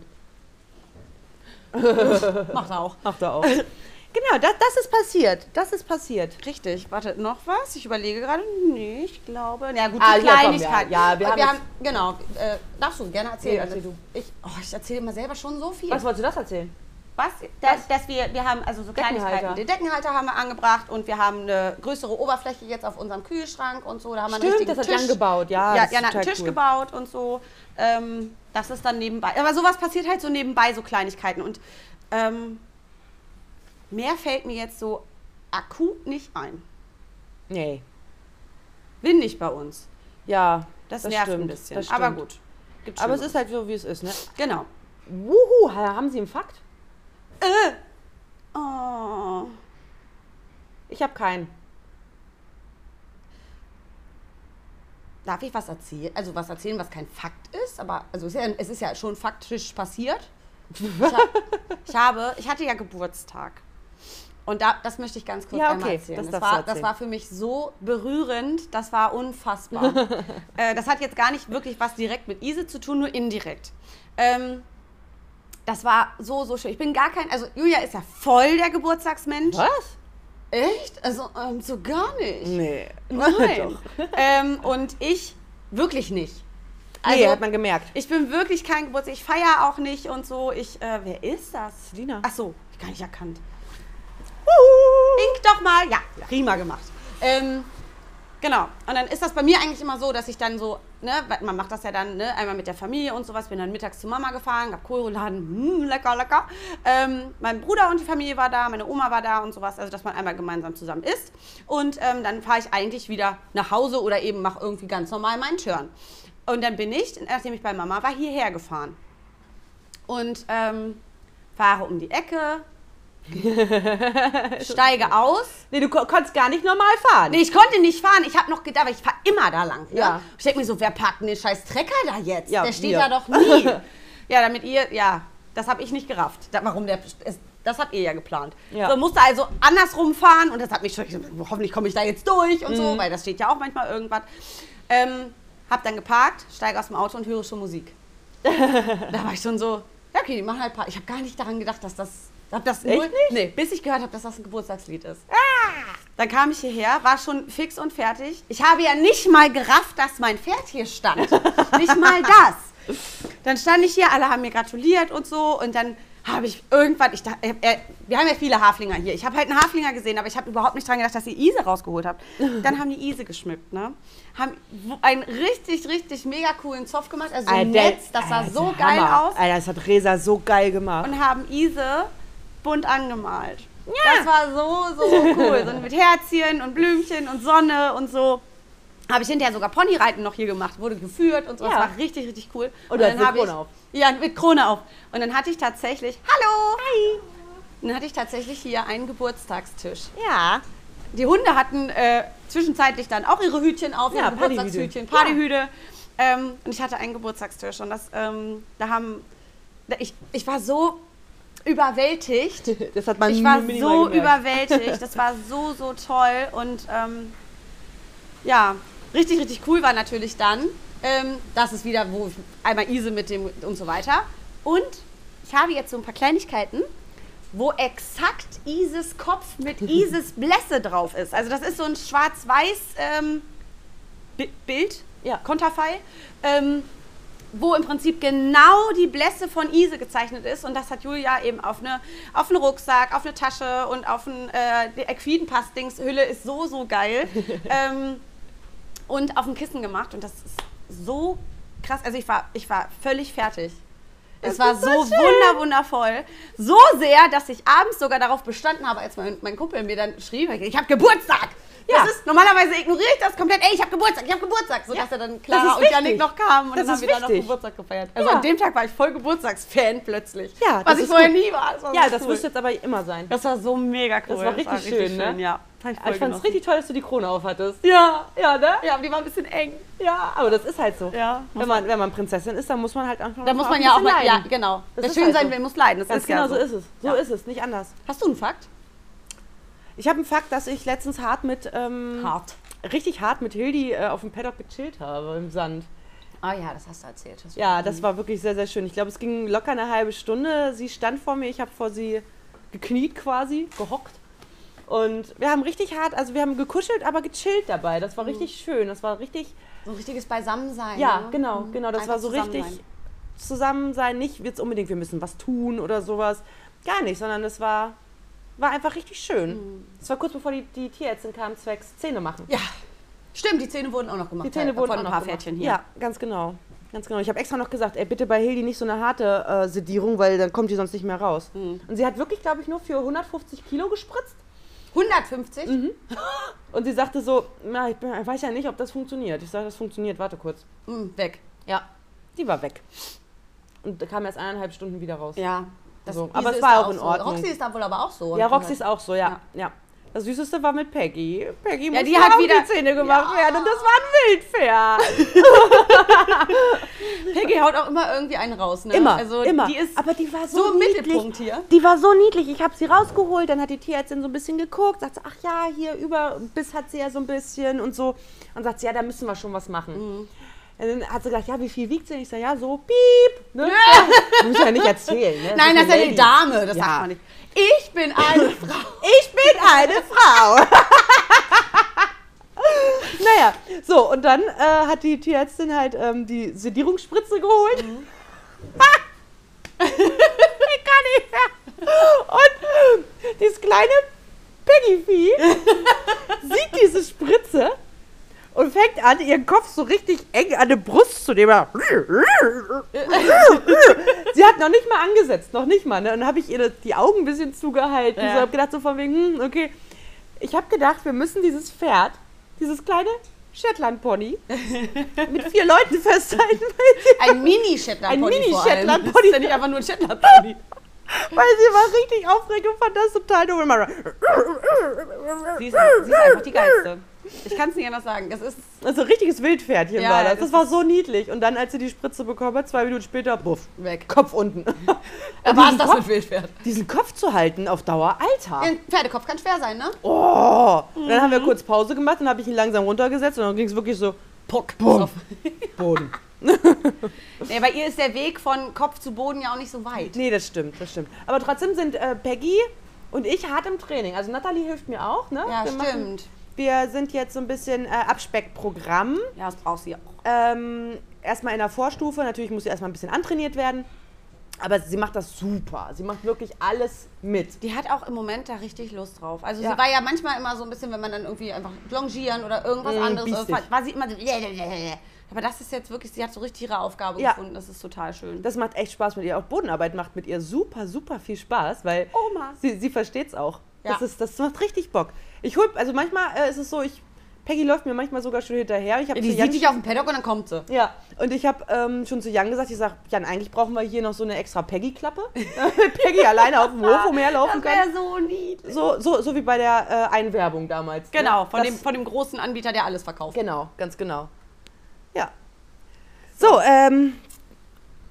[SPEAKER 1] Macht er auch.
[SPEAKER 2] Macht er auch. genau, das, das ist passiert. Das ist passiert.
[SPEAKER 1] Richtig, warte, noch was? Ich überlege gerade. Nee, ich glaube. Ja, gut,
[SPEAKER 2] Ah,
[SPEAKER 1] die
[SPEAKER 2] hier kommen wir.
[SPEAKER 1] Kleinigkeit.
[SPEAKER 2] Ja, wir
[SPEAKER 1] Und
[SPEAKER 2] haben jetzt-
[SPEAKER 1] genau. Äh, darfst du gerne erzählen?
[SPEAKER 2] Nee, erzähl du.
[SPEAKER 1] Ich, oh, ich erzähle immer selber schon so viel.
[SPEAKER 2] Was wolltest du das erzählen?
[SPEAKER 1] Was? Dass, dass wir, wir haben also so Kleinigkeiten.
[SPEAKER 2] Deckenhalter.
[SPEAKER 1] Den Deckenhalter haben wir angebracht und wir haben eine größere Oberfläche jetzt auf unserem Kühlschrank und so. Da haben wir einen
[SPEAKER 2] Stimmt,
[SPEAKER 1] richtigen
[SPEAKER 2] das hat
[SPEAKER 1] Tisch.
[SPEAKER 2] Jan gebaut, ja.
[SPEAKER 1] Ja,
[SPEAKER 2] das ist
[SPEAKER 1] Jan hat einen
[SPEAKER 2] total
[SPEAKER 1] Tisch
[SPEAKER 2] cool.
[SPEAKER 1] gebaut und so. Ähm, das ist dann nebenbei. Aber sowas passiert halt so nebenbei, so Kleinigkeiten. Und ähm, mehr fällt mir jetzt so akut nicht ein.
[SPEAKER 2] Nee.
[SPEAKER 1] Windig bei uns.
[SPEAKER 2] Ja.
[SPEAKER 1] Das, nervt ein
[SPEAKER 2] stimmt,
[SPEAKER 1] bisschen.
[SPEAKER 2] das
[SPEAKER 1] aber
[SPEAKER 2] stimmt.
[SPEAKER 1] gut. Gibt's
[SPEAKER 2] Aber es
[SPEAKER 1] Schlimmeres.
[SPEAKER 2] ist halt so, wie es ist, ne?
[SPEAKER 1] Genau.
[SPEAKER 2] Wuhu, haben Sie einen Fakt?
[SPEAKER 1] Äh. Oh.
[SPEAKER 2] Ich habe keinen.
[SPEAKER 1] Darf ich was erzählen? Also was erzählen, was kein Fakt ist, aber also es, ist ja, es ist ja schon faktisch passiert. Ich, ha ich habe, ich hatte ja Geburtstag. Und da, das möchte ich ganz kurz
[SPEAKER 2] Ja,
[SPEAKER 1] einmal
[SPEAKER 2] okay,
[SPEAKER 1] erzählen.
[SPEAKER 2] das
[SPEAKER 1] Das,
[SPEAKER 2] darfst du
[SPEAKER 1] war, das
[SPEAKER 2] erzählen.
[SPEAKER 1] war für mich so berührend, das war unfassbar. äh, das hat jetzt gar nicht wirklich was direkt mit Ise zu tun, nur indirekt. Ähm, das war so, so schön. Ich bin gar kein, also Julia ist ja voll der Geburtstagsmensch.
[SPEAKER 2] Was?
[SPEAKER 1] Echt? Also ähm, so gar nicht.
[SPEAKER 2] Nee.
[SPEAKER 1] Nein.
[SPEAKER 2] Doch.
[SPEAKER 1] ähm, und ich wirklich nicht.
[SPEAKER 2] Also,
[SPEAKER 1] Also
[SPEAKER 2] nee, hat man gemerkt.
[SPEAKER 1] ich bin wirklich kein Geburtstag. Ich feiere auch nicht und so. Ich, äh, wer ist das?
[SPEAKER 2] Lina.
[SPEAKER 1] Ach so, ich gar nicht erkannt. Wink doch mal. Ja, prima gemacht. Ähm, genau. Und dann ist das bei mir eigentlich immer so, dass ich dann so, ne, weil man macht das ja dann ne, einmal mit der Familie und sowas. Bin dann mittags zu Mama gefahren, gab Kohlrouladen, mm, lecker, lecker. Ähm, mein Bruder und die Familie war da, meine Oma war da und sowas. Also, dass man einmal gemeinsam zusammen isst. Und ähm, dann fahre ich eigentlich wieder nach Hause oder eben mache irgendwie ganz normal meinen Turn. Und dann bin ich, nachdem ich bei Mama war, hierher gefahren. Und ähm, fahre um die Ecke, steige aus
[SPEAKER 2] Nee, du ko- konntest gar nicht normal fahren.
[SPEAKER 1] Nee, ich konnte nicht fahren. Ich habe noch gedacht, aber ich fahre immer da lang. Ne?
[SPEAKER 2] Ja.
[SPEAKER 1] Ich denke mir so, wer parkt denn den scheiß Trecker da jetzt?
[SPEAKER 2] Ja,
[SPEAKER 1] Der steht
[SPEAKER 2] wir.
[SPEAKER 1] da doch nie. Ja, damit ihr, ja, das habe ich nicht gerafft. Da, warum der, ist, das habt ihr ja geplant.
[SPEAKER 2] Ja.
[SPEAKER 1] So, musste also andersrum fahren und das hat mich schon, hoffentlich komme ich da jetzt durch und
[SPEAKER 2] Mhm.
[SPEAKER 1] so, weil das steht ja auch manchmal irgendwas. Ähm, hab dann geparkt, steige aus dem Auto und höre schon Musik. da war ich schon so, ja okay, die machen halt Party. Ich habe gar nicht daran gedacht, dass das, hab das
[SPEAKER 2] Echt nicht?
[SPEAKER 1] Nee, bis ich gehört habe, dass das ein Geburtstagslied ist. Ah! Dann kam ich hierher, war schon fix und fertig. Ich habe ja nicht mal gerafft, dass mein Pferd hier stand. nicht mal das. Dann stand ich hier, alle haben mir gratuliert und so. Und dann habe ich irgendwann, ich dachte, äh, äh, wir haben ja viele Haflinger hier. Ich habe halt einen Haflinger gesehen, aber ich habe überhaupt nicht dran gedacht, dass ihr Ise rausgeholt habt. Dann haben die Ise geschmückt, ne? Haben w- einen richtig, richtig mega coolen Zopf gemacht. Also so ein
[SPEAKER 2] Alter,
[SPEAKER 1] Netz, das sah
[SPEAKER 2] Alter,
[SPEAKER 1] so geil
[SPEAKER 2] Hammer.
[SPEAKER 1] aus.
[SPEAKER 2] Alter, das hat Resa so geil gemacht.
[SPEAKER 1] und haben Ise bunt angemalt. Das war so, so cool. So mit Herzchen und Blümchen und Sonne und so. Habe ich hinterher sogar Ponyreiten noch hier gemacht, wurde geführt und so.
[SPEAKER 2] Ja.
[SPEAKER 1] Das war richtig, richtig cool.
[SPEAKER 2] Und du hast mit
[SPEAKER 1] habe
[SPEAKER 2] Krone
[SPEAKER 1] ich,
[SPEAKER 2] auf.
[SPEAKER 1] Ja, mit Krone auf. Und dann hatte ich tatsächlich, hallo! Hi! Dann hatte ich tatsächlich hier einen Geburtstagstisch.
[SPEAKER 2] Ja.
[SPEAKER 1] Die Hunde hatten äh, zwischenzeitlich dann auch ihre Hütchen auf,
[SPEAKER 2] Ja,
[SPEAKER 1] ihre Geburtstagshütchen,
[SPEAKER 2] Partyhüte.
[SPEAKER 1] Partyhüte. Ähm, und ich hatte einen Geburtstagstisch und das, ähm, da haben, da, ich, ich war so überwältigt.
[SPEAKER 2] Das hat man
[SPEAKER 1] Ich war
[SPEAKER 2] minimal
[SPEAKER 1] so
[SPEAKER 2] gemerkt.
[SPEAKER 1] überwältigt. Das war so, so toll und ähm, ja, richtig, richtig cool war natürlich dann, ähm, das ist wieder, wo ich, einmal Ise mit dem und so weiter. Und ich habe jetzt so ein paar Kleinigkeiten, wo exakt Ises Kopf mit Ises Blässe drauf ist. Also das ist so ein schwarz-weiß ähm, Bi- Bild,
[SPEAKER 2] Ja.
[SPEAKER 1] Konterfei, ähm, wo im Prinzip genau die Blässe von Ise gezeichnet ist. Und das hat Julia eben auf, eine, auf einen Rucksack, auf eine Tasche und auf einen äh, Equidenpass-Dings. Hülle ist so, so geil. ähm, und auf dem Kissen gemacht und das ist so krass. Also ich war, ich war völlig fertig. Es war
[SPEAKER 2] ist
[SPEAKER 1] so
[SPEAKER 2] so schön.
[SPEAKER 1] wunder, wundervoll. So sehr, dass ich abends sogar darauf bestanden habe, als mein, mein Kumpel mir dann schrieb, ich habe Geburtstag.
[SPEAKER 2] Ja.
[SPEAKER 1] Das ist, normalerweise ignoriere ich das komplett. Ey, ich habe Geburtstag, ich habe Geburtstag. So dass er dann
[SPEAKER 2] das
[SPEAKER 1] Clara
[SPEAKER 2] ist
[SPEAKER 1] und Janik
[SPEAKER 2] wichtig.
[SPEAKER 1] noch kamen und
[SPEAKER 2] Das
[SPEAKER 1] dann haben
[SPEAKER 2] ist
[SPEAKER 1] wir dann noch
[SPEAKER 2] wichtig.
[SPEAKER 1] Geburtstag gefeiert. Also
[SPEAKER 2] Ja.
[SPEAKER 1] an dem Tag war ich voll Geburtstagsfan plötzlich.
[SPEAKER 2] Ja, das
[SPEAKER 1] was ich
[SPEAKER 2] ist
[SPEAKER 1] vorher
[SPEAKER 2] gut.
[SPEAKER 1] nie war. Das war
[SPEAKER 2] Ja,
[SPEAKER 1] so
[SPEAKER 2] das
[SPEAKER 1] cool.
[SPEAKER 2] wirst du jetzt aber immer sein.
[SPEAKER 1] Das war so mega cool.
[SPEAKER 2] war richtig schön, ne?
[SPEAKER 1] Ja, Hab
[SPEAKER 2] Aber ich fand es
[SPEAKER 1] genossen.
[SPEAKER 2] richtig toll, dass du die Krone aufhattest.
[SPEAKER 1] Ja,
[SPEAKER 2] Ja, ne?
[SPEAKER 1] ja, aber die war ein bisschen eng.
[SPEAKER 2] Ja, aber das ist halt so.
[SPEAKER 1] Ja, muss
[SPEAKER 2] Wenn man, wenn man Prinzessin ist, dann muss man halt einfach
[SPEAKER 1] Da muss man ja auch mal, ja, genau. Wer
[SPEAKER 2] Das ist
[SPEAKER 1] schön
[SPEAKER 2] halt
[SPEAKER 1] sein
[SPEAKER 2] so.
[SPEAKER 1] will, muss leiden. Das
[SPEAKER 2] Ganz
[SPEAKER 1] ist
[SPEAKER 2] genau
[SPEAKER 1] ja
[SPEAKER 2] so.
[SPEAKER 1] so.
[SPEAKER 2] ist es. So
[SPEAKER 1] Ja.
[SPEAKER 2] ist es, nicht anders.
[SPEAKER 1] Hast du einen Fakt?
[SPEAKER 2] Ich habe einen Fakt, dass ich letztens hart mit, ähm,
[SPEAKER 1] Hart.
[SPEAKER 2] richtig hart mit Hildi äh, auf dem Paddock gechillt habe im Sand.
[SPEAKER 1] Ah ja, das hast du erzählt. Das
[SPEAKER 2] Ja, das war wirklich sehr, sehr schön. Ich glaube, es ging locker eine halbe Stunde. Sie stand vor mir, ich habe vor sie gekniet quasi, gehockt. Und wir haben richtig hart, also wir haben gekuschelt, aber gechillt dabei. Das war
[SPEAKER 1] Mhm.
[SPEAKER 2] richtig schön. Das war richtig,
[SPEAKER 1] so ein richtiges Beisammensein.
[SPEAKER 2] ja,
[SPEAKER 1] ne?
[SPEAKER 2] genau,
[SPEAKER 1] Mhm.
[SPEAKER 2] genau. Das
[SPEAKER 1] Einfach
[SPEAKER 2] war so
[SPEAKER 1] zusammen
[SPEAKER 2] richtig
[SPEAKER 1] sein.
[SPEAKER 2] zusammen sein. Nicht jetzt unbedingt, wir müssen was tun oder sowas. Gar nicht, sondern das war, war einfach richtig schön.
[SPEAKER 1] Mhm.
[SPEAKER 2] Es war kurz bevor die, die Tierärztin kam, zwecks Zähne machen.
[SPEAKER 1] Ja. Stimmt, die Zähne wurden auch noch gemacht.
[SPEAKER 2] Die Zähne
[SPEAKER 1] halt,
[SPEAKER 2] wurden
[SPEAKER 1] von
[SPEAKER 2] auch
[SPEAKER 1] ein
[SPEAKER 2] noch
[SPEAKER 1] paar
[SPEAKER 2] gemacht.
[SPEAKER 1] Pferdchen hier.
[SPEAKER 2] Ja, ganz genau. Ganz genau. Ich habe extra noch gesagt, ey, bitte bei Hildi nicht so eine harte äh, Sedierung, weil dann kommt die sonst nicht mehr raus.
[SPEAKER 1] Hm.
[SPEAKER 2] Und sie hat wirklich, glaube ich, nur für 150 Kilo gespritzt.
[SPEAKER 1] 150?
[SPEAKER 2] Mhm. Und sie sagte so, na, ich bin, ich weiß ja nicht, ob das funktioniert. Ich sage, das funktioniert, warte kurz.
[SPEAKER 1] Mhm, weg. Ja.
[SPEAKER 2] Die war weg. Und da kam erst eineinhalb Stunden wieder raus.
[SPEAKER 1] Ja.
[SPEAKER 2] So,
[SPEAKER 1] Ise
[SPEAKER 2] aber es
[SPEAKER 1] ist
[SPEAKER 2] war
[SPEAKER 1] da
[SPEAKER 2] auch in Ordnung.
[SPEAKER 1] So. Roxy ist da wohl aber auch so.
[SPEAKER 2] Ja,
[SPEAKER 1] hab ich
[SPEAKER 2] Roxy ist
[SPEAKER 1] gehört.
[SPEAKER 2] auch so, ja. ja. Das Süßeste war mit Peggy. Peggy
[SPEAKER 1] Ja,
[SPEAKER 2] musste
[SPEAKER 1] die hat
[SPEAKER 2] auch
[SPEAKER 1] wieder-
[SPEAKER 2] die Zähne gemacht
[SPEAKER 1] Ja.
[SPEAKER 2] werden und das war ein Wildpferd.
[SPEAKER 1] Peggy haut auch immer irgendwie einen raus. Ne?
[SPEAKER 2] Immer,
[SPEAKER 1] also,
[SPEAKER 2] immer.
[SPEAKER 1] Die ist
[SPEAKER 2] aber die war so,
[SPEAKER 1] so im
[SPEAKER 2] niedlich.
[SPEAKER 1] Mittelpunkt hier.
[SPEAKER 2] Die war so niedlich. Ich habe sie rausgeholt, dann hat die Tierärztin so ein bisschen geguckt, sagt so, ach ja, hier über Biss hat sie ja so ein bisschen und so. Und sagt sie, ja, da müssen wir schon was machen.
[SPEAKER 1] Mhm.
[SPEAKER 2] Und dann hat sie gesagt, ja, wie viel wiegt sie? Ich sage, ja, so, piep. Ne? Muss ich ja nicht erzählen. Ne?
[SPEAKER 1] Nein, das ist ja
[SPEAKER 2] eine
[SPEAKER 1] eine Dame. Das
[SPEAKER 2] Ja.
[SPEAKER 1] sagt man nicht. Ich bin eine Frau.
[SPEAKER 2] Ich bin eine Frau. naja, so, und dann äh, hat die Tierärztin halt ähm, die Sedierungsspritze geholt. ich kann nicht mehr. Und ähm, dieses kleine Peggy-Vieh sieht diese Spritze und fängt an, ihren Kopf so richtig eng an die Brust zu nehmen. Sie hat noch nicht mal angesetzt, noch nicht mal. Ne? Und dann habe ich ihr die Augen ein bisschen zugehalten.
[SPEAKER 1] Ja.
[SPEAKER 2] So habe gedacht, so von wegen, hm, okay. Ich habe gedacht, wir müssen dieses Pferd, dieses kleine Shetland-Pony, mit vier Leuten festhalten, weil sie
[SPEAKER 1] Ein Mini-Shetland-Pony.
[SPEAKER 2] Ein
[SPEAKER 1] vor allem.
[SPEAKER 2] Mini-Shetland-Pony.
[SPEAKER 1] Das ist ja nicht einfach nur ein Shetland-Pony.
[SPEAKER 2] Weil sie war richtig aufregend und fand das total doof. Immer so-
[SPEAKER 1] Sie ist, sie ist einfach die Geilste. Ich kann es nicht anders sagen. Das ist
[SPEAKER 2] Also ein richtiges Wildpferdchen
[SPEAKER 1] Ja, ja,
[SPEAKER 2] war das.
[SPEAKER 1] das
[SPEAKER 2] Das war so niedlich. Und dann, als sie die Spritze bekommen hat, zwei Minuten später, buff,
[SPEAKER 1] weg.
[SPEAKER 2] Kopf unten.
[SPEAKER 1] Da
[SPEAKER 2] Aber
[SPEAKER 1] Äh, war es
[SPEAKER 2] diesen
[SPEAKER 1] das
[SPEAKER 2] Kopf-
[SPEAKER 1] mit Wildpferd.
[SPEAKER 2] Diesen Kopf zu halten auf Dauer, Alter.
[SPEAKER 1] Ein Pferdekopf kann schwer sein, ne?
[SPEAKER 2] Oh. Und dann haben
[SPEAKER 1] Mhm.
[SPEAKER 2] wir kurz Pause gemacht, dann habe ich ihn langsam runtergesetzt und dann ging es wirklich so,
[SPEAKER 1] Puck.
[SPEAKER 2] bumm, Boden.
[SPEAKER 1] Nee, bei ihr ist der Weg von Kopf zu Boden ja auch nicht so weit.
[SPEAKER 2] Nee, das stimmt, das stimmt. Aber trotzdem sind äh, Peggy und ich hart im Training. Also Nathalie hilft mir auch, ne?
[SPEAKER 1] Ja,
[SPEAKER 2] wir Machen,
[SPEAKER 1] stimmt.
[SPEAKER 2] wir sind jetzt so ein bisschen äh, Abspeckprogramm.
[SPEAKER 1] Ja, das braucht sie auch.
[SPEAKER 2] Ähm, erstmal in der Vorstufe, natürlich muss sie erstmal ein bisschen antrainiert werden. Aber sie macht das super. Sie macht wirklich alles mit.
[SPEAKER 1] Die hat auch im Moment da richtig Lust drauf. Also sie
[SPEAKER 2] Ja.
[SPEAKER 1] war ja manchmal immer so ein bisschen, wenn man dann irgendwie einfach longieren oder irgendwas
[SPEAKER 2] Mm,
[SPEAKER 1] anderes
[SPEAKER 2] biestig.
[SPEAKER 1] fand, war sie immer so. Aber das ist jetzt wirklich, sie hat so richtig ihre Aufgabe
[SPEAKER 2] Ja.
[SPEAKER 1] gefunden. Das ist total schön.
[SPEAKER 2] Das macht echt Spaß mit ihr. Auch Bodenarbeit macht mit ihr super, super viel Spaß, weil
[SPEAKER 1] Oma.
[SPEAKER 2] sie, sie versteht es auch.
[SPEAKER 1] Ja.
[SPEAKER 2] Das, ist, das macht richtig Bock. Ich hol, also manchmal äh, ist es so, ich, Peggy läuft mir manchmal sogar schon hinterher. Ich hab
[SPEAKER 1] Ja,
[SPEAKER 2] zu
[SPEAKER 1] die
[SPEAKER 2] Jan-
[SPEAKER 1] sieht dich auf dem Paddock und dann kommt sie.
[SPEAKER 2] Ja, und ich habe ähm, schon zu Jan gesagt, ich sage, Jan, eigentlich brauchen wir hier noch so eine extra Peggy-Klappe. Damit Peggy alleine auf dem Hof umherlaufen
[SPEAKER 1] Das wäre
[SPEAKER 2] kann.
[SPEAKER 1] so niedlich.
[SPEAKER 2] So, so, so wie bei der äh, Einwerbung damals. ne?
[SPEAKER 1] Genau, von
[SPEAKER 2] Das-
[SPEAKER 1] dem, von dem großen Anbieter, der alles verkauft.
[SPEAKER 2] Genau, ganz genau. Ja. So, ähm.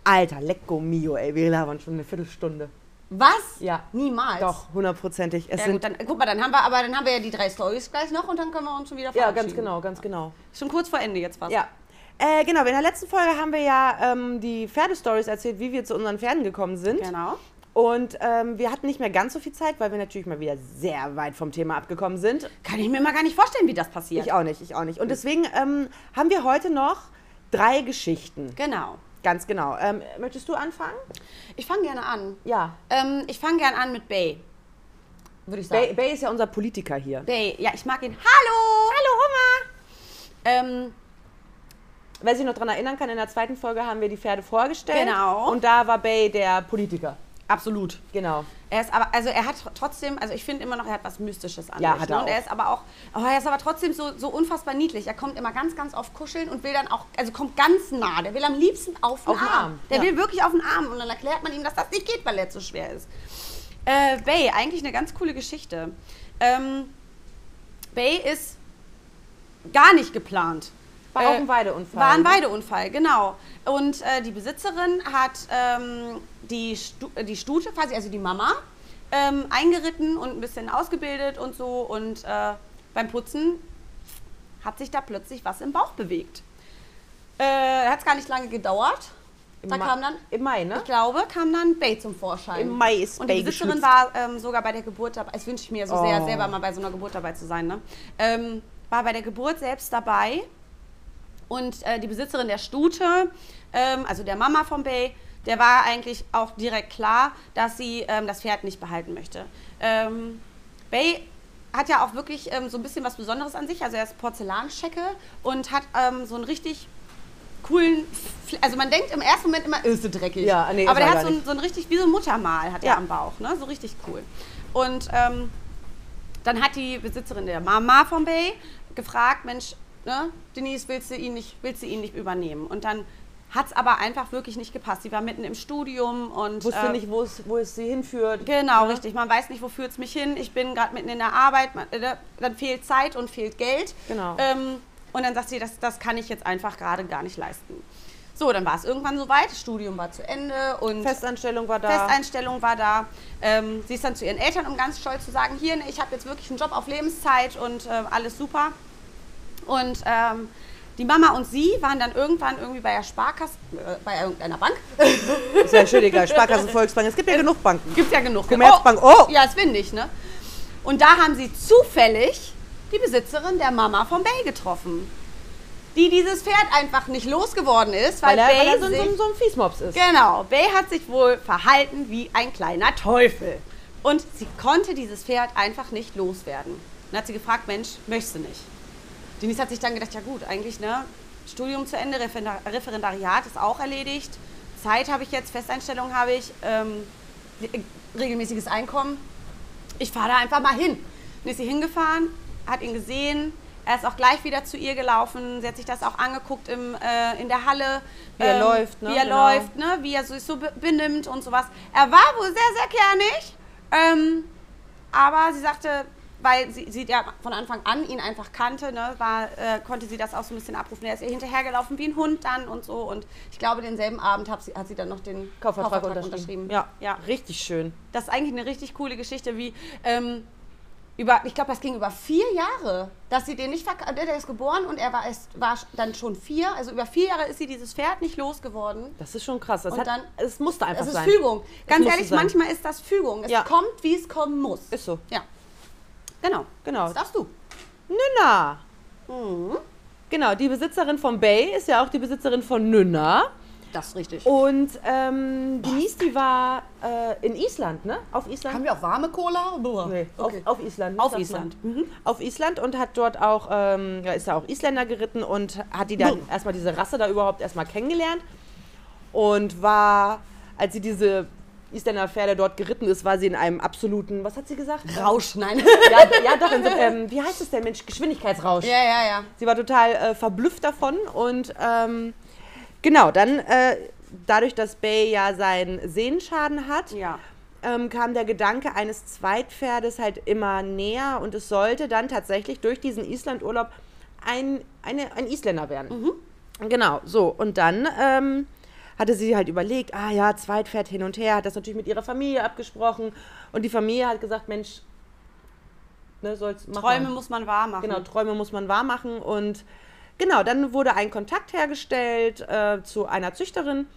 [SPEAKER 2] Alter, Lecco Mio, ey, wir labern schon eine Viertelstunde.
[SPEAKER 1] Was?
[SPEAKER 2] Ja.
[SPEAKER 1] Niemals.
[SPEAKER 2] Doch, hundertprozentig. Es
[SPEAKER 1] Ja, gut,
[SPEAKER 2] sind.
[SPEAKER 1] dann, guck mal, dann haben wir, aber dann haben wir ja die drei Stories gleich noch und dann können wir uns schon wieder
[SPEAKER 2] Ja,
[SPEAKER 1] verabschieden.
[SPEAKER 2] ganz genau, ganz genau.
[SPEAKER 1] Schon kurz vor Ende jetzt fast.
[SPEAKER 2] Ja. Äh, genau, in der letzten Folge haben wir ja ähm, die Pferdestories erzählt, wie wir zu unseren Pferden gekommen sind.
[SPEAKER 1] Genau.
[SPEAKER 2] Und ähm, wir hatten nicht mehr ganz so viel Zeit, weil wir natürlich mal wieder sehr weit vom Thema abgekommen sind.
[SPEAKER 1] Kann ich mir mal gar nicht vorstellen, wie das passiert.
[SPEAKER 2] Ich auch nicht, ich auch nicht. Und deswegen ähm, haben wir heute noch drei Geschichten.
[SPEAKER 1] Genau.
[SPEAKER 2] Ganz genau. Ähm, möchtest du anfangen?
[SPEAKER 1] Ich fange gerne an.
[SPEAKER 2] Ja.
[SPEAKER 1] Ähm, ich fange gerne an mit Bay. Würde ich sagen.
[SPEAKER 2] Bay, Bay ist ja unser Politiker hier.
[SPEAKER 1] Bay. Ja, ich mag ihn. Hallo! Hallo, Oma! Ähm,
[SPEAKER 2] Wer sich noch daran erinnern kann, in der zweiten Folge haben wir die Pferde vorgestellt.
[SPEAKER 1] Genau.
[SPEAKER 2] Und da war Bay der Politiker.
[SPEAKER 1] absolut.
[SPEAKER 2] Genau.
[SPEAKER 1] Er ist aber, also er hat trotzdem, also ich finde immer noch, er hat was Mystisches an
[SPEAKER 2] Ja,
[SPEAKER 1] sich,
[SPEAKER 2] hat
[SPEAKER 1] ne?
[SPEAKER 2] er
[SPEAKER 1] Und
[SPEAKER 2] auch.
[SPEAKER 1] er ist aber auch, oh, er ist aber trotzdem so, so unfassbar niedlich. Er kommt immer ganz, ganz oft kuscheln und will dann auch, also kommt ganz nah. Der will am liebsten auf den
[SPEAKER 2] Auf den
[SPEAKER 1] Arm.
[SPEAKER 2] Arm,
[SPEAKER 1] Der
[SPEAKER 2] ja.
[SPEAKER 1] will wirklich auf den Arm. Und dann erklärt man ihm, dass das nicht geht, weil er zu schwer ist. Äh, Bay, eigentlich eine ganz coole Geschichte. Ähm, Bay ist gar nicht geplant.
[SPEAKER 2] War
[SPEAKER 1] Äh,
[SPEAKER 2] auch ein Weideunfall.
[SPEAKER 1] war ein
[SPEAKER 2] ne?
[SPEAKER 1] Weideunfall, genau. Und äh, die Besitzerin hat ähm, die, Stu äh, die Stute, quasi also die Mama, ähm, eingeritten und ein bisschen ausgebildet und so. Und äh, beim Putzen hat sich da plötzlich was im Bauch bewegt. Äh, hat es gar nicht lange gedauert.
[SPEAKER 2] Im
[SPEAKER 1] Da
[SPEAKER 2] Ma-
[SPEAKER 1] kam dann,
[SPEAKER 2] Im Mai, ne?
[SPEAKER 1] ich glaube, kam dann Bay zum Vorschein.
[SPEAKER 2] Im Mai ist
[SPEAKER 1] Und die
[SPEAKER 2] Bay
[SPEAKER 1] Besitzerin
[SPEAKER 2] geschlüpft.
[SPEAKER 1] war ähm, sogar bei der Geburt dabei. Das wünsche ich mir so sehr,
[SPEAKER 2] Oh.
[SPEAKER 1] selber mal bei so einer Geburt dabei zu sein. Ne? Ähm, war bei der Geburt selbst dabei. Und äh, die Besitzerin der Stute, ähm, also der Mama von Bay, der war eigentlich auch direkt klar, dass sie ähm, das Pferd nicht behalten möchte. Ähm, Bay hat ja auch wirklich ähm, so ein bisschen was Besonderes an sich. Also er ist Porzellanschecke und hat ähm, so einen richtig coolen, Fl- also man denkt im ersten Moment immer, ist sie dreckig.
[SPEAKER 2] Ja, nee, ist
[SPEAKER 1] Aber der
[SPEAKER 2] er
[SPEAKER 1] hat
[SPEAKER 2] gar
[SPEAKER 1] so ein,
[SPEAKER 2] nicht.
[SPEAKER 1] so ein richtig, wie so ein Muttermal hat er
[SPEAKER 2] Ja.
[SPEAKER 1] am Bauch, ne? so richtig cool. Und ähm, dann hat die Besitzerin der Mama von Bay gefragt, Mensch, ne, Denise, willst du ihn nicht, willst du ihn nicht übernehmen? Und dann hat es aber einfach wirklich nicht gepasst. Sie war mitten im Studium und
[SPEAKER 2] Wusste
[SPEAKER 1] äh,
[SPEAKER 2] nicht, wo es, wo es sie hinführt.
[SPEAKER 1] Genau,
[SPEAKER 2] ne?
[SPEAKER 1] richtig. Man weiß nicht, wo führt es mich hin. Ich bin gerade mitten in der Arbeit. Man, äh, dann fehlt Zeit und fehlt Geld.
[SPEAKER 2] Genau.
[SPEAKER 1] Ähm, und dann sagt sie, das, das kann ich jetzt einfach gerade gar nicht leisten. So, dann war es irgendwann soweit. Das Studium war zu Ende und
[SPEAKER 2] Festanstellung war da.
[SPEAKER 1] Festeinstellung war da. Ähm, sie ist dann zu ihren Eltern, um ganz stolz zu sagen, hier, ne, ich habe jetzt wirklich einen Job auf Lebenszeit und äh, alles super. Und ähm, die Mama und sie waren dann irgendwann irgendwie bei der Sparkasse, äh, bei irgendeiner Bank.
[SPEAKER 2] Ist ja schön egal. Sparkasse, Volksbank. Es gibt ja genug Banken.
[SPEAKER 1] Gibt ja genug.
[SPEAKER 2] Commerzbank. Oh!
[SPEAKER 1] Ja, ist windig, ne? Und da haben sie zufällig die Besitzerin der Mama von Bay getroffen, die dieses Pferd einfach nicht losgeworden ist, weil,
[SPEAKER 2] Weil er,
[SPEAKER 1] Bay
[SPEAKER 2] weil er so,
[SPEAKER 1] sich
[SPEAKER 2] so, so ein Fiesmops ist.
[SPEAKER 1] Genau, Bay hat sich wohl verhalten wie ein kleiner Teufel. Und sie konnte dieses Pferd einfach nicht loswerden. Und dann hat sie gefragt, Mensch, möchtest du nicht? Denise hat sich dann gedacht, ja gut, eigentlich, ne, Studium zu Ende, Referendar- Referendariat ist auch erledigt, Zeit habe ich jetzt, Festeinstellung habe ich, ähm, regelmäßiges Einkommen, ich fahre da einfach mal hin. Dann ist sie hingefahren, hat ihn gesehen, er ist auch gleich wieder zu ihr gelaufen, sie hat sich das auch angeguckt im, äh, in der Halle. Ähm,
[SPEAKER 2] Wie er läuft, ne?
[SPEAKER 1] Wie er
[SPEAKER 2] Genau.
[SPEAKER 1] läuft, ne? wie er sich so be- benimmt und sowas. Er war wohl sehr, sehr kernig, ähm, aber sie sagte, weil sie, sie ja von Anfang an ihn einfach kannte, ne, war, äh, konnte sie das auch so ein bisschen abrufen. Er ist ihr hinterhergelaufen wie ein Hund dann und so. Und ich glaube, denselben Abend hat sie, hat sie dann noch den
[SPEAKER 2] Kaufvertrag, unterschrieben. Ja.
[SPEAKER 1] ja.
[SPEAKER 2] richtig schön.
[SPEAKER 1] Das ist eigentlich eine richtig coole Geschichte, wie ähm, über, ich glaube, das ging über vier Jahre, dass sie den nicht verkauft. Der ist geboren und er war, erst, war dann schon vier. Also über vier Jahre ist sie dieses Pferd nicht losgeworden.
[SPEAKER 2] Das ist schon krass. Das
[SPEAKER 1] Und
[SPEAKER 2] hat,
[SPEAKER 1] dann-
[SPEAKER 2] es musste einfach
[SPEAKER 1] Das ist
[SPEAKER 2] sein.
[SPEAKER 1] Fügung. Ganz
[SPEAKER 2] musste
[SPEAKER 1] ehrlich,
[SPEAKER 2] sein.
[SPEAKER 1] manchmal ist das Fügung. Es
[SPEAKER 2] Ja.
[SPEAKER 1] kommt, wie es kommen muss.
[SPEAKER 2] Ist so.
[SPEAKER 1] ja. Genau.
[SPEAKER 2] Genau.
[SPEAKER 1] Das darfst du. Mhm.
[SPEAKER 2] Nünna. Genau, die Besitzerin von Bay ist ja auch die Besitzerin von Nünna.
[SPEAKER 1] Das ist richtig.
[SPEAKER 2] Oh. Und ähm, die Nies, die war äh, in Island, ne? Auf Island?
[SPEAKER 1] Haben wir auch warme Cola? Boah.
[SPEAKER 2] Nee,
[SPEAKER 1] Okay.
[SPEAKER 2] auf, auf Island.
[SPEAKER 1] Auf
[SPEAKER 2] sagt
[SPEAKER 1] Island.
[SPEAKER 2] Man. Auf Island und hat dort auch, ähm, ja, ist ja auch Isländer geritten und hat die dann
[SPEAKER 1] Boom.
[SPEAKER 2] erstmal diese Rasse da überhaupt erstmal kennengelernt. Und war, als sie diese Isländer Pferde dort geritten ist, war sie in einem absoluten, was hat sie gesagt?
[SPEAKER 1] Rausch, nein.
[SPEAKER 2] ja, ja, doch, in so, ähm, wie heißt es denn, Mensch? Geschwindigkeitsrausch.
[SPEAKER 1] ja, ja, ja.
[SPEAKER 2] Sie war total äh, verblüfft davon und ähm, genau, dann äh, dadurch, dass Bay ja seinen Sehenschaden hat,
[SPEAKER 1] Ja.
[SPEAKER 2] ähm, kam der Gedanke eines Zweitpferdes halt immer näher und es sollte dann tatsächlich durch diesen Islandurlaub ein, eine, ein Isländer werden. Genau, so. Und dann ähm, hatte sie halt überlegt, ah ja, Zweitpferd hin und her, hat das natürlich mit ihrer Familie abgesprochen und die Familie hat gesagt, Mensch, ne, soll's machen.
[SPEAKER 1] Träume muss man wahr machen.
[SPEAKER 2] Genau, Träume muss man wahr machen. Und genau, dann wurde ein Kontakt hergestellt äh, zu einer Züchterin.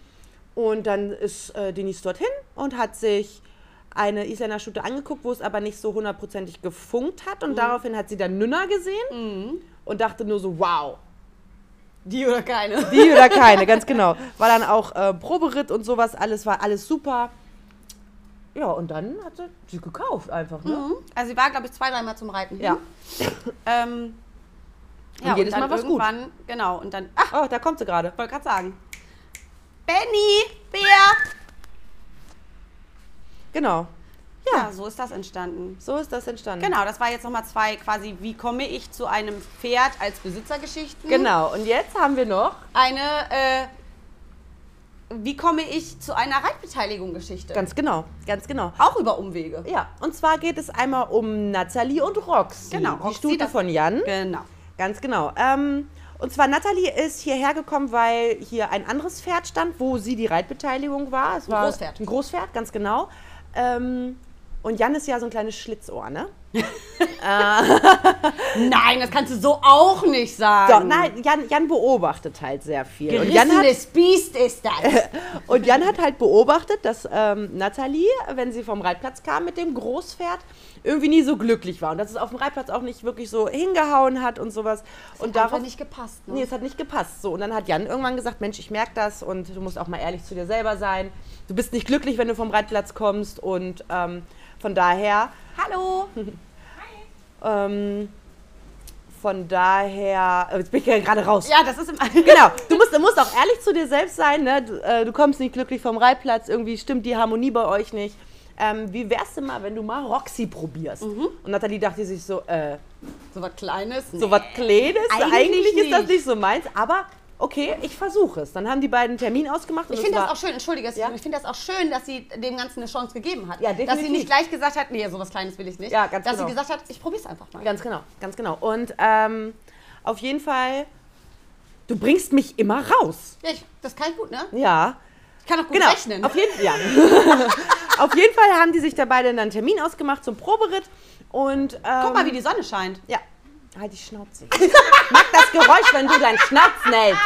[SPEAKER 2] Und dann ist äh, Denise dorthin und hat sich eine Isländer Stute angeguckt, wo es aber nicht so hundertprozentig gefunkt hat. Und daraufhin hat sie dann Nünna gesehen und dachte nur so, wow,
[SPEAKER 1] Die oder keine.
[SPEAKER 2] die oder keine, ganz genau. War dann auch äh, Proberitt und sowas, alles war alles super. Ja, und dann hat sie sie gekauft einfach, ne?
[SPEAKER 1] Mhm. Also sie war, glaube ich, zwei, dreimal zum Reiten. hin.
[SPEAKER 2] Ja.
[SPEAKER 1] Ähm, ja, und
[SPEAKER 2] jedes
[SPEAKER 1] dann
[SPEAKER 2] Mal war's gut.
[SPEAKER 1] irgendwann, genau, und dann, ach,
[SPEAKER 2] Oh, da kommt sie gerade.
[SPEAKER 1] wollte gerade sagen. Benny, Bär.
[SPEAKER 2] Genau.
[SPEAKER 1] Ja. so ist das entstanden.
[SPEAKER 2] So ist das entstanden.
[SPEAKER 1] Genau, das war jetzt nochmal zwei quasi, wie komme ich zu einem Pferd als Besitzergeschichten?
[SPEAKER 2] Genau, und jetzt haben wir noch
[SPEAKER 1] Eine, äh, wie komme ich zu einer Reitbeteiligung-Geschichte?
[SPEAKER 2] Ganz genau, ganz genau.
[SPEAKER 1] Auch über Umwege.
[SPEAKER 2] Ja, und zwar geht es einmal um Nathalie und Roxy.
[SPEAKER 1] Genau,
[SPEAKER 2] die
[SPEAKER 1] Roxy,
[SPEAKER 2] Stute
[SPEAKER 1] das-
[SPEAKER 2] von Jan.
[SPEAKER 1] Genau.
[SPEAKER 2] Ganz genau. Ähm, und zwar Nathalie ist hierher gekommen, weil hier ein anderes Pferd stand, wo sie die Reitbeteiligung war. Es
[SPEAKER 1] Ein
[SPEAKER 2] war
[SPEAKER 1] Großpferd.
[SPEAKER 2] Ein Großpferd, ganz genau. Ähm, und Jan ist ja so ein kleines Schlitzohr, ne?
[SPEAKER 1] Nein, das kannst du so auch nicht sagen.
[SPEAKER 2] So, nein, Jan, Jan beobachtet halt sehr viel. Und Jan, hat,
[SPEAKER 1] Gerissenes Biest ist das.
[SPEAKER 2] und Jan hat halt beobachtet, dass ähm, Nathalie, wenn sie vom Reitplatz kam mit dem Großpferd, irgendwie nie so glücklich war. Und dass es auf dem Reitplatz auch nicht wirklich so hingehauen hat und sowas. Und
[SPEAKER 1] Darauf
[SPEAKER 2] darauf
[SPEAKER 1] nicht gepasst. Ne?
[SPEAKER 2] Nee, es hat nicht gepasst. So, und dann hat Jan irgendwann gesagt, Mensch, ich merke das und du musst auch mal ehrlich zu dir selber sein. Du bist nicht glücklich, wenn du vom Reitplatz kommst. Und ähm, von daher,
[SPEAKER 1] Hallo.
[SPEAKER 2] ähm, von daher, äh, jetzt bin ich ja gerade raus.
[SPEAKER 1] Ja, das ist im
[SPEAKER 2] Genau, du musst, du musst auch ehrlich zu dir selbst sein. Ne? Du, äh, du kommst nicht glücklich vom Reitplatz, irgendwie stimmt die Harmonie bei euch nicht. Ähm, wie wär's denn mal, wenn du mal Roxy probierst?
[SPEAKER 1] Mhm.
[SPEAKER 2] Und Nathalie dachte sich so, äh,
[SPEAKER 1] So was Kleines.
[SPEAKER 2] so was Kleines,
[SPEAKER 1] Eigentlich
[SPEAKER 2] eigentlich, ist das
[SPEAKER 1] nicht.
[SPEAKER 2] nicht so meins, aber okay, ich versuche es. Dann haben die beiden einen Termin ausgemacht und
[SPEAKER 1] Ich
[SPEAKER 2] es
[SPEAKER 1] finde das
[SPEAKER 2] war-
[SPEAKER 1] auch schön, entschuldige, dass ich- ich finde das auch schön, dass sie dem Ganzen eine Chance gegeben hat.
[SPEAKER 2] Ja,
[SPEAKER 1] dass sie
[SPEAKER 2] definitiv.
[SPEAKER 1] nicht gleich gesagt hat, nee, sowas Kleines will ich nicht.
[SPEAKER 2] Ja, ganz
[SPEAKER 1] dass
[SPEAKER 2] genau.
[SPEAKER 1] sie gesagt hat, ich probier's einfach mal.
[SPEAKER 2] ganz genau, ganz genau. Und ähm, auf jeden Fall, du bringst mich immer raus.
[SPEAKER 1] Ja, ich, das kann ich gut, ne?
[SPEAKER 2] Ja,
[SPEAKER 1] Ich kann auch gut
[SPEAKER 2] genau.
[SPEAKER 1] rechnen.
[SPEAKER 2] Auf jeden, ja. auf jeden Fall haben die sich da beide dann einen Termin ausgemacht zum Proberitt und ähm,
[SPEAKER 1] Guck mal, wie die Sonne scheint.
[SPEAKER 2] ja, halt die Schnauze. Mag das Geräusch, wenn du deinen Schnauz nennst.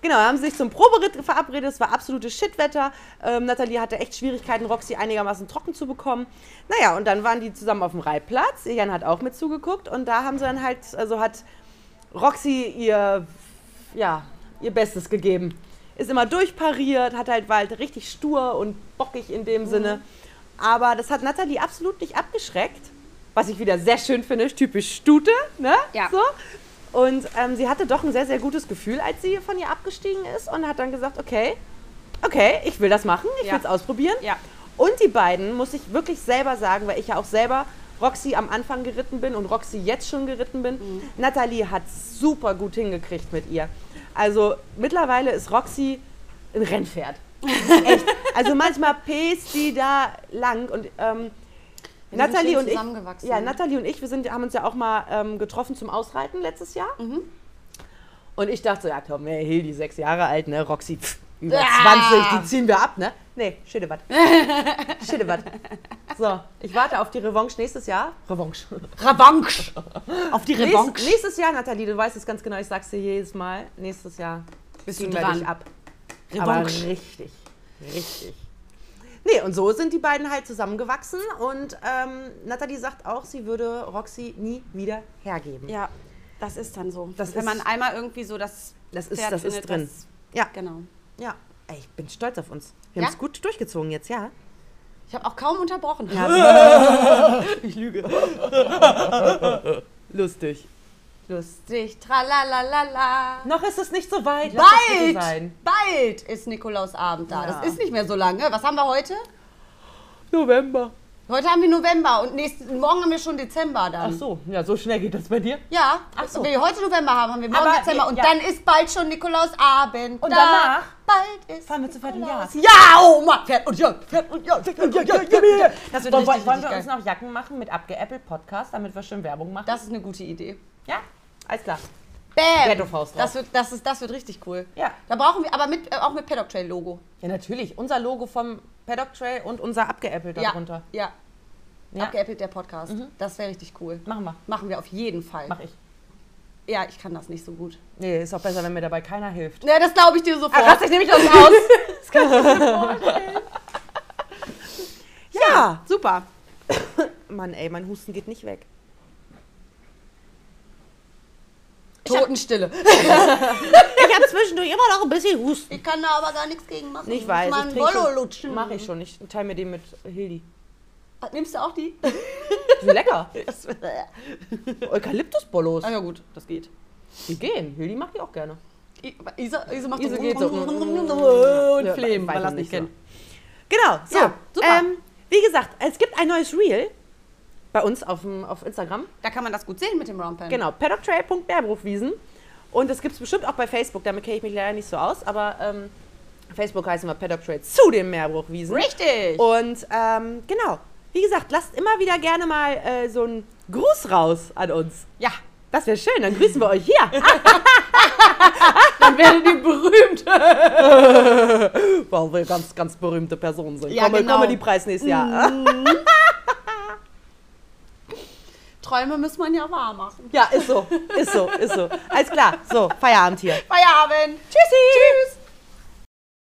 [SPEAKER 2] Genau, haben sie sich zum Proberitt verabredet. Es war absolutes Shitwetter. Ähm, Nathalie hatte echt Schwierigkeiten, Roxy einigermaßen trocken zu bekommen. Naja, und dann waren die zusammen auf dem Reitplatz. Jan hat auch mit zugeguckt. Und da haben sie dann halt, also hat Roxy ihr, ja, ihr Bestes gegeben. Ist immer durchpariert, hat halt, war halt richtig stur und bockig in dem Sinne. Aber das hat Nathalie absolut nicht abgeschreckt. Was ich wieder sehr schön finde, typisch Stute, ne?
[SPEAKER 1] Ja.
[SPEAKER 2] So. Und ähm, sie hatte doch ein sehr, sehr gutes Gefühl, als sie von ihr abgestiegen ist und hat dann gesagt, okay, okay, ich will das machen, ich
[SPEAKER 1] Ja.
[SPEAKER 2] will es ausprobieren.
[SPEAKER 1] Ja.
[SPEAKER 2] Und die beiden, muss ich wirklich selber sagen, weil ich ja auch selber Roxy am Anfang geritten bin und Roxy jetzt schon geritten bin,
[SPEAKER 1] Mhm.
[SPEAKER 2] Nathalie hat super gut hingekriegt mit ihr. Also mittlerweile ist Roxy ein Rennpferd. Echt. Also manchmal pest sie da lang und ähm,
[SPEAKER 1] Wir sind
[SPEAKER 2] Nathalie
[SPEAKER 1] schön
[SPEAKER 2] und ich,
[SPEAKER 1] zusammengewachsen.
[SPEAKER 2] ja, Nathalie und ich, wir sind, haben uns ja auch mal ähm, getroffen zum Ausreiten letztes Jahr. Und ich dachte so, ja komm, ey, Hildi, sechs Jahre alt, ne, Roxy, pff, über
[SPEAKER 1] Ah.
[SPEAKER 2] 20, die ziehen wir ab, ne? Nee, Schillewatt. Schillewatt. So, ich warte auf die Revanche nächstes Jahr. Revanche.
[SPEAKER 1] Revanche. Auf die
[SPEAKER 2] Nächstes,
[SPEAKER 1] Revanche.
[SPEAKER 2] nächstes Jahr, Nathalie, du weißt es ganz genau, ich sag's dir jedes Mal. Nächstes Jahr
[SPEAKER 1] Bist
[SPEAKER 2] ziehen
[SPEAKER 1] du
[SPEAKER 2] wir
[SPEAKER 1] dran.
[SPEAKER 2] dich ab. Aber
[SPEAKER 1] Revanche.
[SPEAKER 2] richtig, richtig. Nee, und so sind die beiden halt zusammengewachsen und ähm, Nathalie sagt auch, sie würde Roxy nie wieder hergeben.
[SPEAKER 1] Ja, das ist dann so.
[SPEAKER 2] Das
[SPEAKER 1] Wenn
[SPEAKER 2] ist-
[SPEAKER 1] man einmal irgendwie so das
[SPEAKER 2] Das ist-
[SPEAKER 1] Pferd
[SPEAKER 2] das ist
[SPEAKER 1] findet,
[SPEAKER 2] drin.
[SPEAKER 1] das-
[SPEAKER 2] Ja,
[SPEAKER 1] genau.
[SPEAKER 2] ja. Ey, ich bin stolz auf uns. Wir
[SPEAKER 1] Ja?
[SPEAKER 2] haben es gut durchgezogen jetzt, ja.
[SPEAKER 1] Ich habe auch kaum unterbrochen.
[SPEAKER 2] Ich lüge. Lustig. Lust.
[SPEAKER 1] Sich tralalala.
[SPEAKER 2] Noch ist es nicht so weit. Lass es bitte
[SPEAKER 1] Bald,
[SPEAKER 2] Sein.
[SPEAKER 1] bald ist Nikolausabend da.
[SPEAKER 2] Ja.
[SPEAKER 1] Das ist nicht mehr so lange. Was haben wir heute?
[SPEAKER 2] November.
[SPEAKER 1] Heute haben wir November und nächsten, morgen haben wir schon Dezember dann.
[SPEAKER 2] Ach so, ja, so schnell geht das bei dir.
[SPEAKER 1] Ja,
[SPEAKER 2] Ach so.
[SPEAKER 1] wenn wir heute November haben, haben wir morgen
[SPEAKER 2] Aber,
[SPEAKER 1] Dezember und
[SPEAKER 2] ja.
[SPEAKER 1] dann ist bald schon Nikolausabend.
[SPEAKER 2] Und
[SPEAKER 1] da.
[SPEAKER 2] danach
[SPEAKER 1] Bald ist
[SPEAKER 2] fahren wir zu Pferd und
[SPEAKER 1] Nikolaus. Ja, oh Mann, Pferd und Jagd, Pferd und Jagd, Pferd und Jagd, Jagd, Jagd, Jagd. Das wird
[SPEAKER 2] wollen,
[SPEAKER 1] richtig,
[SPEAKER 2] wollen
[SPEAKER 1] richtig
[SPEAKER 2] wir uns
[SPEAKER 1] geil.
[SPEAKER 2] noch Jacken machen mit abgeäppelt Podcast, damit wir schön Werbung machen?
[SPEAKER 1] Das ist eine gute Idee.
[SPEAKER 2] Ja, alles klar.
[SPEAKER 1] Bam!
[SPEAKER 2] Ghetto-Faust drauf.
[SPEAKER 1] das, wird, das, ist, das wird richtig cool.
[SPEAKER 2] Ja.
[SPEAKER 1] Da brauchen wir aber mit, äh, auch mit Paddock Trail Logo.
[SPEAKER 2] Ja, natürlich. Unser Logo vom Paddock Trail und unser abgeäppelt
[SPEAKER 1] Ja.
[SPEAKER 2] darunter.
[SPEAKER 1] Ja.
[SPEAKER 2] Ja.
[SPEAKER 1] Abgeäppelt der Podcast. Das wäre richtig cool.
[SPEAKER 2] Machen wir.
[SPEAKER 1] Machen wir auf jeden Fall.
[SPEAKER 2] Mach ich.
[SPEAKER 1] Ja, ich kann das nicht so gut.
[SPEAKER 2] Nee, ist auch besser, wenn mir dabei keiner hilft.
[SPEAKER 1] Na, das glaube ich dir sofort.
[SPEAKER 2] Äh, ich nämlich das raus. ja.
[SPEAKER 1] Super.
[SPEAKER 2] Mann, ey, mein Husten geht nicht weg.
[SPEAKER 1] Totenstille.
[SPEAKER 2] Ich habe zwischendurch immer noch ein bisschen Husten.
[SPEAKER 1] Ich kann da aber gar nichts gegen machen.
[SPEAKER 2] Ich weiß,
[SPEAKER 1] Mein
[SPEAKER 2] ich
[SPEAKER 1] Bollo
[SPEAKER 2] trinke
[SPEAKER 1] lutschen.
[SPEAKER 2] schon. Mach ich schon. Ich teile mir den mit Hildi.
[SPEAKER 1] Ah, Nimmst du auch die?
[SPEAKER 2] Die sind lecker.
[SPEAKER 1] ah
[SPEAKER 2] Eukalyptusbollos.
[SPEAKER 1] ja gut, das geht.
[SPEAKER 2] Die gehen. Hildi macht die auch gerne.
[SPEAKER 1] I- Isa, Isa macht
[SPEAKER 2] Isa
[SPEAKER 1] so
[SPEAKER 2] geht so.
[SPEAKER 1] und
[SPEAKER 2] Ja,
[SPEAKER 1] Flehm,
[SPEAKER 2] weiß
[SPEAKER 1] man das nicht
[SPEAKER 2] ich nicht so.
[SPEAKER 1] kennen.
[SPEAKER 2] Genau, so.
[SPEAKER 1] Ja, super.
[SPEAKER 2] Ähm, wie gesagt, es gibt ein neues Reel bei uns auf, dem, auf Instagram.
[SPEAKER 1] Da kann man das gut sehen mit dem Roundpen.
[SPEAKER 2] Genau, paddocktrail.meerberufwiesen. Und das gibt es bestimmt auch bei Facebook, damit kenne ich mich leider nicht so aus, aber ähm, Facebook heißen wir Paddock Trail zu den Meerbruchwiesen.
[SPEAKER 1] Richtig.
[SPEAKER 2] Und ähm, genau, wie gesagt, lasst immer wieder gerne mal äh, so einen Gruß raus an uns.
[SPEAKER 1] Ja.
[SPEAKER 2] Das wäre schön, dann grüßen wir euch hier.
[SPEAKER 1] Dann werdet ihr berühmt.
[SPEAKER 2] Weil wir ganz, ganz berühmte Personen sind.
[SPEAKER 1] Ja,
[SPEAKER 2] Comedy-
[SPEAKER 1] genau.
[SPEAKER 2] Comedy-Preis nächstes Jahr.
[SPEAKER 1] Träume muss man ja wahr machen.
[SPEAKER 2] Ja, ist so, ist so, ist so. Alles klar, so, Feierabend hier.
[SPEAKER 1] Feierabend.
[SPEAKER 2] Tschüssi. Tschüss.